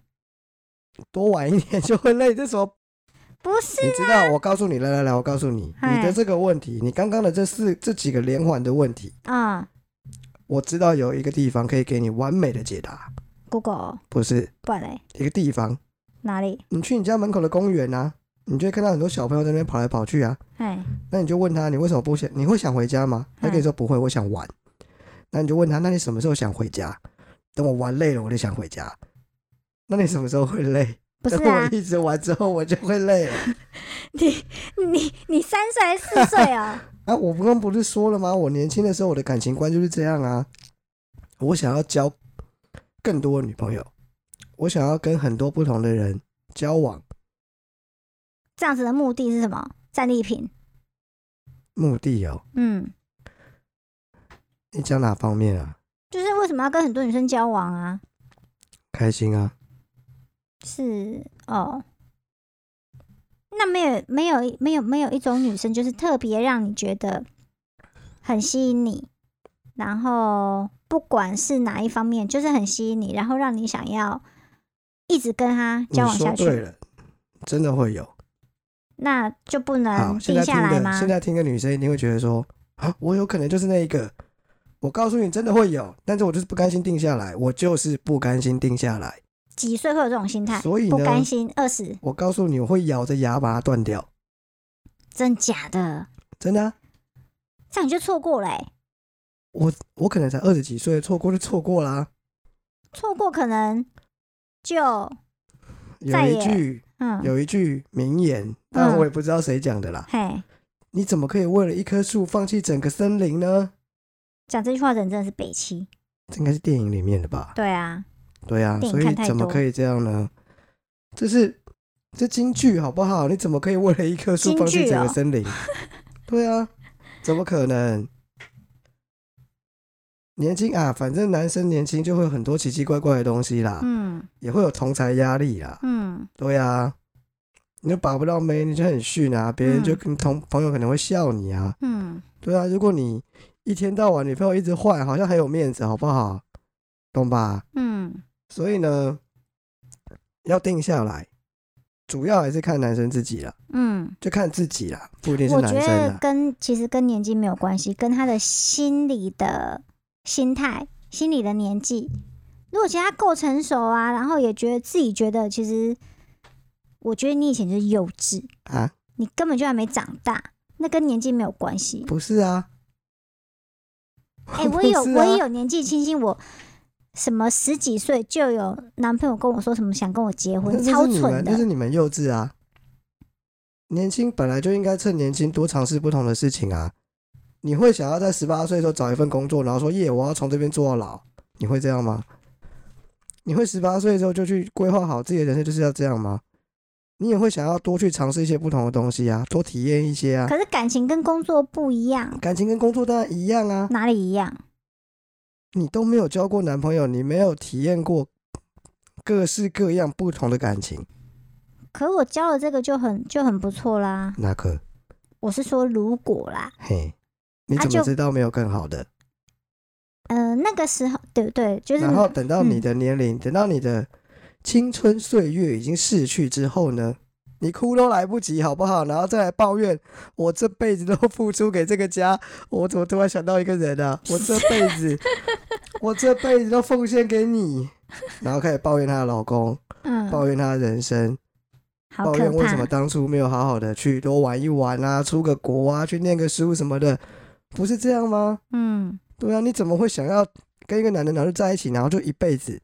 A: 多玩一点就会累。这时候
B: 不是
A: 你知道，我告诉你，来来来，我告诉你，
B: 嗨
A: 你的这个问题，你刚刚的这四这几个连环的问题，
B: 啊、
A: 我知道有一个地方可以给你完美的解答，
B: g o o g l e
A: 不是
B: 不然嘞，
A: 一个地方，
B: 哪里？
A: 你去你家门口的公园啊，你就会看到很多小朋友在那边跑来跑去啊，
B: 哎，嗯
A: 那你就问他，你为什么不想？你会想回家吗？他跟你说不会，我想玩。那你就问他，那你什么时候想回家？等我玩累了，我就想回家。那你什么时候会累？
B: 不是
A: 等我
B: 啊，
A: 一直玩之后，我就会累了。
B: 你你三岁还是四岁啊？
A: 啊，我刚刚不是说了吗？我年轻的时候，我的感情观就是这样啊。我想要交更多的女朋友，我想要跟很多不同的人交往，
B: 这样子的目的是什么？战利品？
A: 目的哦，
B: 嗯，
A: 你讲哪方面啊？
B: 就是为什么要跟很多女生交往啊？
A: 开心啊？
B: 是哦，那没有没有没有没有一种女生，就是特别让你觉得很吸引你，然后不管是哪一方面，就是很吸引你，然后让你想要一直跟她
A: 你
B: 交往
A: 说
B: 下
A: 对
B: 去，
A: 了，真的会有。
B: 那就不能
A: 好，现
B: 嗯定
A: 在
B: 下
A: 听
B: 来
A: 的
B: 吗？
A: 现在听的女生一定会觉得说啊，我有可能就是那一个。我告诉你，真的会有，但是我就是不甘心定下来，我就是不甘心定下来。
B: 几岁会有这种心态？
A: 所以
B: 不
A: 呢
B: 甘，心，二十，
A: 我告诉你，我会咬着牙把它断掉，
B: 真假的？
A: 真的啊、
B: 这样你就错过了、欸，
A: 我我可能才二十几岁，错过就错过啦。
B: 错过可能就
A: 有
B: 再
A: 一
B: 也
A: 句
B: 嗯，
A: 有一句名言，但我也不知道谁讲的啦。
B: 嘿，
A: 你怎么可以为了一棵树放弃整个森林呢？
B: 讲这句话的人真的是北七，
A: 这应该是电影里面的吧？
B: 对啊。
A: 对啊，
B: 电影
A: 所以
B: 看太
A: 怎么
B: 多
A: 可以这样呢？这是这京剧好不好？你怎么可以为了一棵树
B: 京
A: 放弃
B: 剧
A: 整个
B: 哦
A: 森 林？对啊，怎么可能？年轻啊，反正男生年轻就会有很多奇奇怪怪的东西啦，
B: 嗯
A: 也会有同才压力啦。
B: 嗯
A: 对啊，你就把不到妹，你就很逊啊，别人就
B: 嗯
A: 跟同朋友可能会笑你啊。
B: 嗯，
A: 对啊，如果你一天到晚女朋友一直换，好像很有面子，好不好？懂吧？
B: 嗯，
A: 所以呢，要定下来，主要还是看男生自己啦，
B: 嗯，
A: 就看自己啦，不一定是
B: 我
A: 男
B: 觉
A: 生啊
B: 得
A: 啦。
B: 跟其实跟年纪没有关系，跟他的心理的心态、心理的年纪。如果其实他够成熟啊，然后也觉得自己觉得，其实我觉得你以前就是幼稚，
A: 啊，
B: 你根本就还没长大，那跟年纪没有 关系。
A: 不是啊，
B: 哎、我也 有、
A: 不是啊
B: 我也有年纪轻轻，我什么十几岁就有男朋友跟我说什么想跟我结
A: 那
B: 婚，
A: 这
B: 超
A: 是你
B: 蠢
A: 们，那是
B: 的。
A: 你们幼稚啊。年轻本来就应该趁年轻多尝试不同的事情啊。你会想要在十八岁的时候找一份工作，然后说耶，我要从这边做到老，你会这样吗？你会十八岁的时候就去规划好自己的人生就是要这样吗？你也会想要多去尝试一些不同的东西啊，多体验一些啊。
B: 可是感情跟工作不一样，
A: 感情跟工作当然一样啊，
B: 哪里一样？
A: 你都没有交过男朋友，你没有体验过各式各样不同的感情，
B: 可我教了这个就很就很不错啦。
A: 那可
B: 我是说如果啦，
A: 嘿，你
B: 啊
A: 怎么
B: 就
A: 知道没有更好的？
B: 呃，那个时候对对，就是
A: 然后等到你
B: 嗯
A: 的年龄，等到你的青春岁月已经逝去之后呢，你哭都来不及，好不好？然后再来抱怨，我这辈子都付出给这个家，我怎么突然想到一个人啊？我这辈 子，我这辈子都奉献给你，然后开始抱怨她的老公，
B: 嗯，
A: 抱怨她的人生，
B: 好
A: 抱
B: 可
A: 怨为什么
B: 怕。
A: 当初没有好好的去多玩一玩啊，出个国啊，去念个书什么的，不是这样吗？
B: 嗯，
A: 对啊，你怎么会想要跟一个男的然后就在一起，然后就一辈子？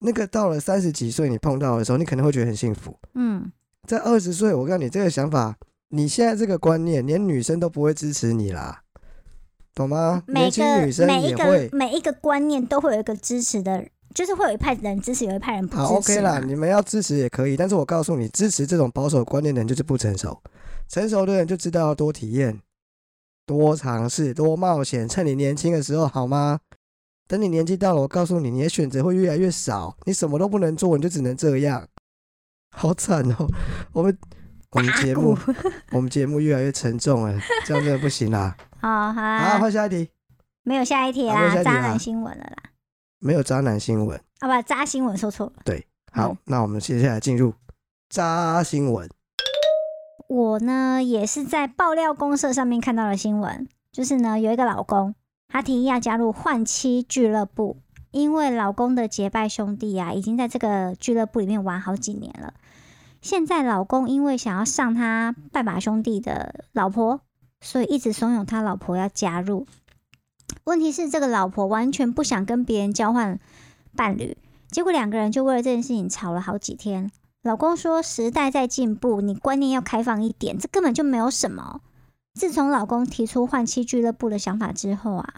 A: 那个到了三十几岁你碰到的时候，你可能会觉得很幸福。
B: 嗯，
A: 在二十岁，我告诉你这个想法，你现在这个观念，连女生都不会支持你啦，懂吗？
B: 每
A: 年轻
B: 个
A: 女生
B: 每一
A: 也会
B: 个。每一个观念都会有一个支持的，就是会有一派人支持，有一派人不支持啊嘛。
A: 好，OK 啦，你们要支持也可以，但是我告诉你，支持这种保守观念的人就是不成熟，成熟的人就知道要多体验、多尝试、多冒险，趁你年轻的时候，好吗？等你年纪到了，我告诉你，你的选择会越来越少，你什么都不能做，你就只能这样，好惨哦！我们我们节目
B: 打
A: 我们节目越来越沉重哎，这样真的不行啦。
B: 好好
A: 好，
B: 啊，
A: 换下一题，
B: 没有下一题
A: 好没有
B: 啦
A: 下，一题
B: 渣
A: 啦
B: 男新闻了啦，
A: 没有渣男新闻。
B: 啊不，渣新闻说错了。
A: 好，
B: 嗯
A: 那我们接下来进入渣新闻。
B: 我呢也是在爆料公社上面看到了新闻，就是呢有一个老公，他提议要加入换妻俱乐部，因为老公的结拜兄弟啊，已经在这个俱乐部里面玩好几年了。现在老公因为想要上他拜把兄弟的老婆，所以一直怂恿他老婆要加入。问题是这个老婆完全不想跟别人交换伴侣，结果两个人就为了这件事情吵了好几天。老公说时代在进步，你观念要开放一点，这根本就没有什么。自从老公提出换妻俱乐部的想法之后啊，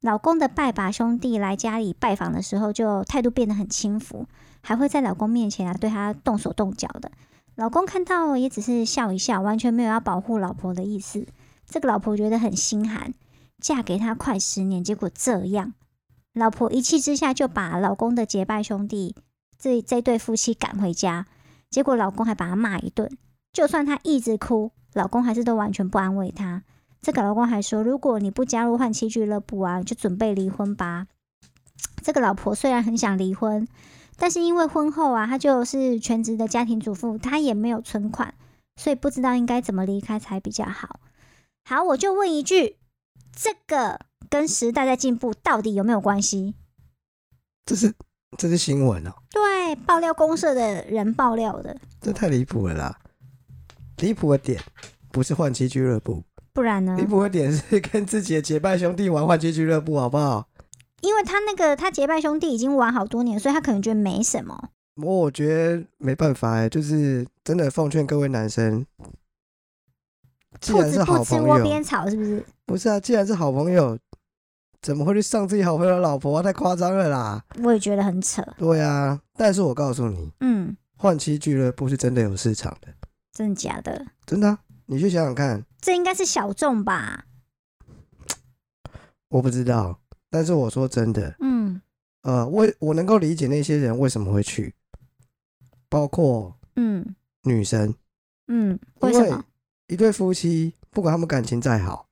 B: 老公的拜把兄弟来家里拜访的时候，就态度变得很轻浮，还会在老公面前啊对他动手动脚的。老公看到也只是笑一笑，完全没有要保护老婆的意思。这个老婆觉得很心寒，嫁给他快十年，结果这样，老婆一气之下就把老公的结拜兄弟这这对夫妻赶回家，结果老公还把他骂一顿。就算她一直哭，老公还是都完全不安慰她。这个老公还说，如果你不加入换妻俱乐部啊，就准备离婚吧。这个老婆虽然很想离婚，但是因为婚后啊，她就是全职的家庭主妇，她也没有存款，所以不知道应该怎么离开才比较好。好，我就问一句，这个跟时代在进步到底有没有关系？
A: 这是这是新闻哦，
B: 对，爆料公社的人爆料的，
A: 这太离谱了啦！离谱的点不是换妻俱乐部，
B: 不然呢
A: 离？谱的点是跟自己的结拜兄弟玩换妻俱乐部，好不好？
B: 因为他那个他结拜兄弟已经玩好多年，所以他可能觉得没什么。
A: 我我觉得没办法哎、就是真的奉劝各位男生，既
B: 兔
A: 然
B: 子
A: 是
B: 不
A: 好
B: 吃
A: 朋
B: 窝
A: 友
B: 边，草，是不是？
A: 不是啊，既然是好朋友，怎么会去上自己好朋友的老婆啊？太夸张了啦！
B: 我也觉得很扯。
A: 对啊，但是我告诉你，
B: 嗯，
A: 换妻俱乐部是真的有市场的，
B: 真的假的？
A: 真的啊、你去想想看，
B: 这应该是小众吧？
A: 我不知道，但是我说真的，
B: 嗯
A: 呃，我我能够理解那些人为什么会去，包括
B: 嗯
A: 女生，
B: 嗯，
A: 因
B: 为什么？
A: 一对夫妻不管他们感情再好，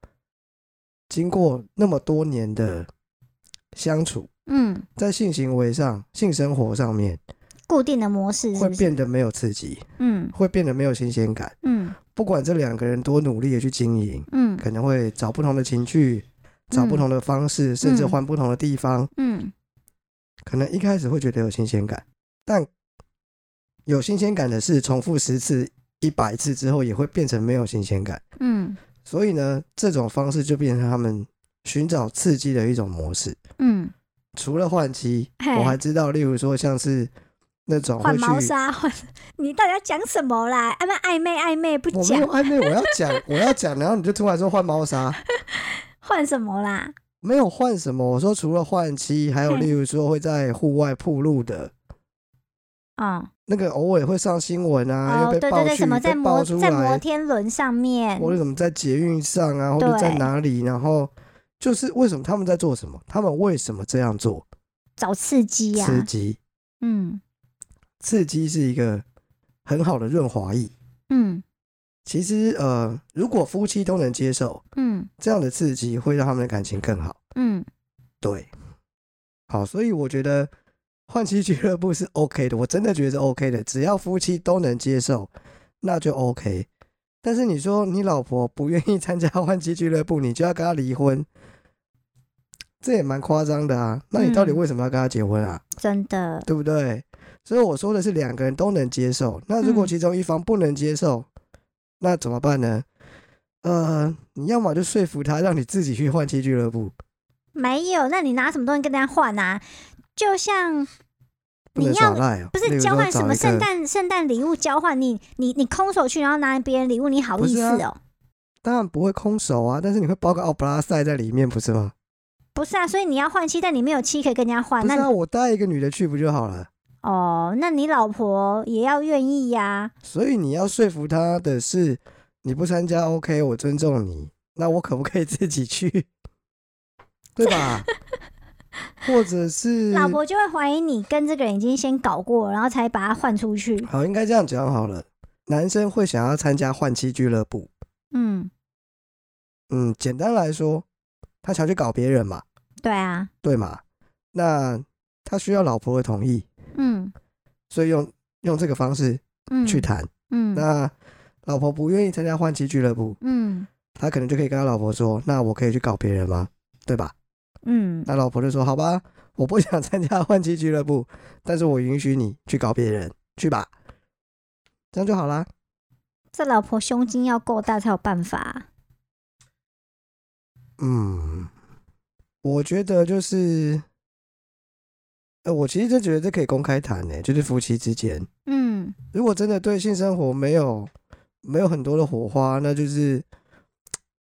A: 经过那么多年的相处，
B: 嗯，
A: 在性行为上、性生活上面
B: 固定的模式是
A: 会
B: 不是？
A: 变得没有刺激，
B: 嗯
A: 会变得没有新鲜感。
B: 嗯
A: 不管这两个人多努力的去经营，
B: 嗯
A: 可能会找不同的情趣，找不同的方式，甚至换不同的地方。
B: 嗯
A: 可能一开始会觉得有新鲜感，但有新鲜感的事重复十次、一百次之后，也会变成没有新鲜感。
B: 嗯
A: 所以呢，这种方式就变成他们寻找刺激的一种模式。
B: 嗯，
A: 除了换妻，
B: 嘿
A: 我还知道，例如说像是那种
B: 换
A: 会
B: 猫
A: 去，
B: 砂，换你到底要讲什么啦？暧昧暧昧暧昧不
A: 我没有
B: 讲，
A: 暧昧，我要讲，我要讲，然后你就突然说换猫砂，
B: 换什么啦？
A: 没有换什么。我说除了换妻，还有
B: 嗯
A: 例如说会在户外铺路的。
B: 嗯，
A: 那个偶尔会上新闻啊，
B: 哦，
A: 又被
B: 对对
A: 爆
B: 对，
A: 去
B: 什么，在
A: 被
B: 摩
A: 爆出
B: 在摩
A: 来，
B: 天轮上面，
A: 或者怎么在捷运上啊，或者
B: 对
A: 在哪里，然后就是为什么他们在做什么？他们为什么这样做？
B: 找刺激啊呀、
A: 刺激，
B: 嗯
A: 刺激是一个很好的润滑液。
B: 嗯
A: 其实，呃，如果夫妻都能接受
B: 嗯
A: 这样的刺激，会让他们的感情更好。
B: 嗯，
A: 对，好，所以我觉得换妻俱乐部是 OK 的，我真的觉得是 OK 的，只要夫妻都能接受，那就 OK。但是你说你老婆不愿意参加 换妻俱乐部，你就要跟她离婚，这也蛮夸张的啊。那你到底
B: 嗯
A: 为什么要跟她结婚啊？
B: 真的，
A: 对不对？所以我说的是两个人都能接受。那如果
B: 嗯
A: 其中一方不能接受，那怎么办呢？呃，你要么就说服他，让你自己去换妻俱乐部，
B: 没有，那你拿什么东西跟人家换啊？就像
A: 不能
B: 你要
A: 耍赖哦。
B: 不
A: 例
B: 是
A: 如
B: 交
A: 说
B: 换
A: 找
B: 什么
A: 一个
B: 圣诞圣诞礼物交换，你你你空手去，然后拿别人礼物，你好
A: 不
B: 意
A: 是
B: 思
A: 啊
B: 哦？
A: 当然不会空手啊，但是你会包个奥布拉塞在里面，不是吗？
B: 不是啊，所以你要换妻，但你没有妻可以跟人家换，
A: 不是
B: 那
A: 啊，我带一个女的去不就好了？
B: 哦，那你老婆也要愿意呀、
A: 所以你要说服她的是，你不参加 OK，我尊重你，那我可不可以自己去？对 吧？或者是
B: 老婆就会怀疑你跟这个人已经先搞过，然后才把他换出去。
A: 好，应该这样讲好了。男生会想要参加换妻俱乐部，
B: 嗯，
A: 嗯，简单来说，他想去搞别人嘛，
B: 对啊，
A: 对嘛？那他需要老婆的同意，
B: 嗯
A: 所以用用这个方式
B: 嗯，
A: 去谈。
B: 嗯
A: 那老婆不愿意参加换妻俱乐部，
B: 嗯
A: 他可能就可以跟他老婆说：“那我可以去搞别人吗？”对吧？
B: 嗯
A: 那老婆就说：“好吧，我不想参加换妻俱乐部， 但是我允许你去搞别人，去吧。”这样就好啦。
B: 这老婆胸襟要够大才有办法啊、
A: 嗯，我觉得就是，呃，我其实真觉得这可以公开谈诶、就是夫妻之间，
B: 嗯
A: 如果真的对性生活没有没有很多的火花，那就是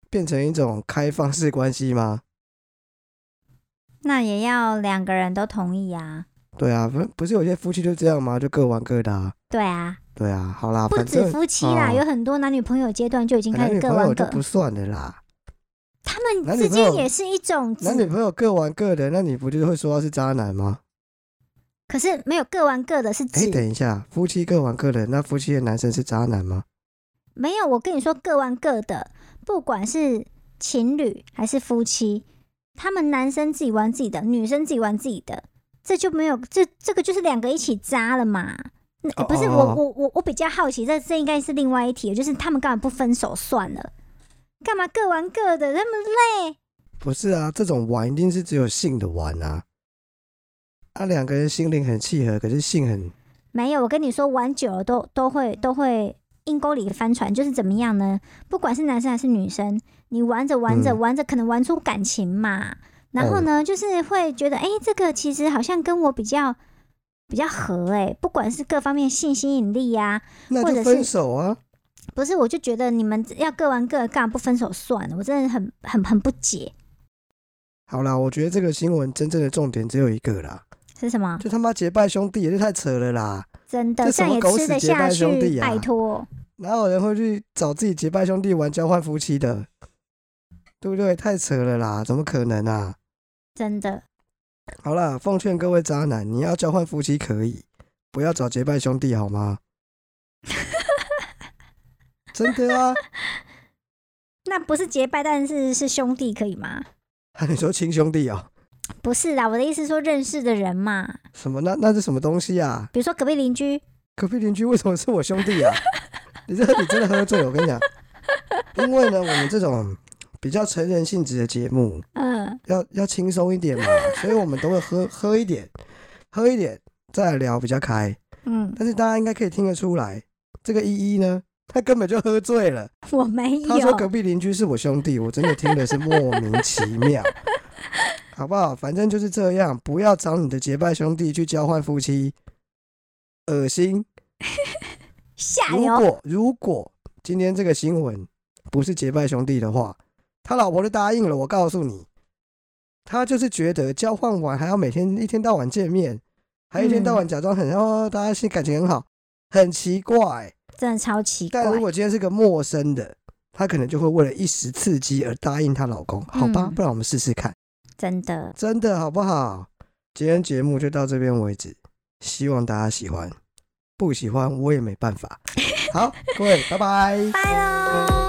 A: 变成一种开放式关系吗？
B: 那也要两个人都同意啊。
A: 对啊，不不是有些夫妻就这样吗？就各玩各的、啊。
B: 对啊，
A: 对啊，好啦，
B: 不
A: 反
B: 止
A: 正
B: 夫妻啦，
A: 哦哎
B: 有很多男女朋友阶段就已经开
A: 男
B: 始
A: 女
B: 各
A: 朋友
B: 玩
A: 就
B: 各，
A: 不算的啦。
B: 他们
A: 男女
B: 之
A: 朋友
B: 间也是一种
A: 男女朋友各玩各的，那你不就会说他是渣男吗？
B: 可是没有各玩各的是
A: 哎、
B: 指、
A: 等一下，夫妻各玩各的，那夫妻的男生是渣男吗？
B: 没有。我跟你说，各玩各的，不管是情侣还是夫妻，他们男生自己玩自己的，女生自己玩自己的，这就没有这这个就是两个一起渣了嘛。那、
A: 哦
B: 不是
A: 哦
B: 我
A: 哦
B: 我我我比较好奇，这这应该是另外一题，就是他们干嘛不分手算了？干嘛各玩各的？他们累，
A: 不是啊，这种玩一定是只有性的玩啊。啊，两个人心灵很契合，可是性很
B: 没有，我跟你说，玩久了都都
A: 嗯
B: 会都会阴沟里翻船，就是怎么样呢？不管是男生还是女生，你玩着玩着、
A: 嗯哦
B: 玩着，可能玩出感情嘛。然后呢，就是会觉得，哎、这个其实好像跟我比较比较合、哎，不管是各方面性吸引力呀、
A: 那
B: 或
A: 就
B: 者
A: 是分手啊。
B: 不是，我就觉得你们要各玩各的，干嘛不分手算了？我真的很很很不解，
A: 好啦，我觉得这个新闻真正的重点只有一个啦，
B: 是什么？
A: 就他妈结拜兄弟，这太扯了啦！
B: 真的，
A: 这
B: 这
A: 什
B: 样
A: 么
B: 也
A: 狗
B: 吃
A: 屎
B: 得
A: 结
B: 下
A: 拜
B: 去？
A: 兄弟啊
B: 拜托，
A: 哪有人会去找自己结拜兄弟玩交换夫妻的？对不对？太扯了啦，怎么可能啊？
B: 真的，
A: 好啦，奉劝各位渣男，你要交换夫妻可以，不要找结拜兄弟好吗？ 真的啊？
B: 那不是结拜，但是是兄弟，可以吗？
A: 啊你说亲兄弟哦、
B: 不是啦，我的意思是说认识的人嘛，
A: 什么？那那是什么东西啊？
B: 比如说隔壁邻居，
A: 隔壁邻居为什么是我兄弟啊？你这你真的喝醉了，我跟你讲。因为呢，我们这种比较成人性质的节目，
B: 嗯，
A: 要要轻松一点嘛，所以我们都会喝喝一点，喝一点再来聊比较开。
B: 嗯，
A: 但是大家应该可以听得出来，这个依依呢，她根本就喝醉了。
B: 我没
A: 他说隔
B: 有，
A: 壁邻居是我兄弟，我真的听的是莫名其妙， 好不好？反正就是这样，不要找你的结拜兄弟去交换夫妻，恶心。
B: 下
A: 如
B: 流，
A: 果如果今天这个新闻不是结拜兄弟的话，他老婆就答应了。我告诉你，他就是觉得交换完还要每天一天到晚见面，还一天
B: 嗯
A: 到晚假装很、哦，大家心感情很好，很奇怪。
B: 真的超奇怪
A: 但，如果今天是个陌生的，她可能就会为了一时刺激而答应她老公，好吧？
B: 嗯
A: 不然我们试试看，
B: 真的，
A: 真的好不好？今天节目就到这边为止，希望大家喜欢，不喜欢我也没办法。好，各位，拜拜。
B: 拜喽。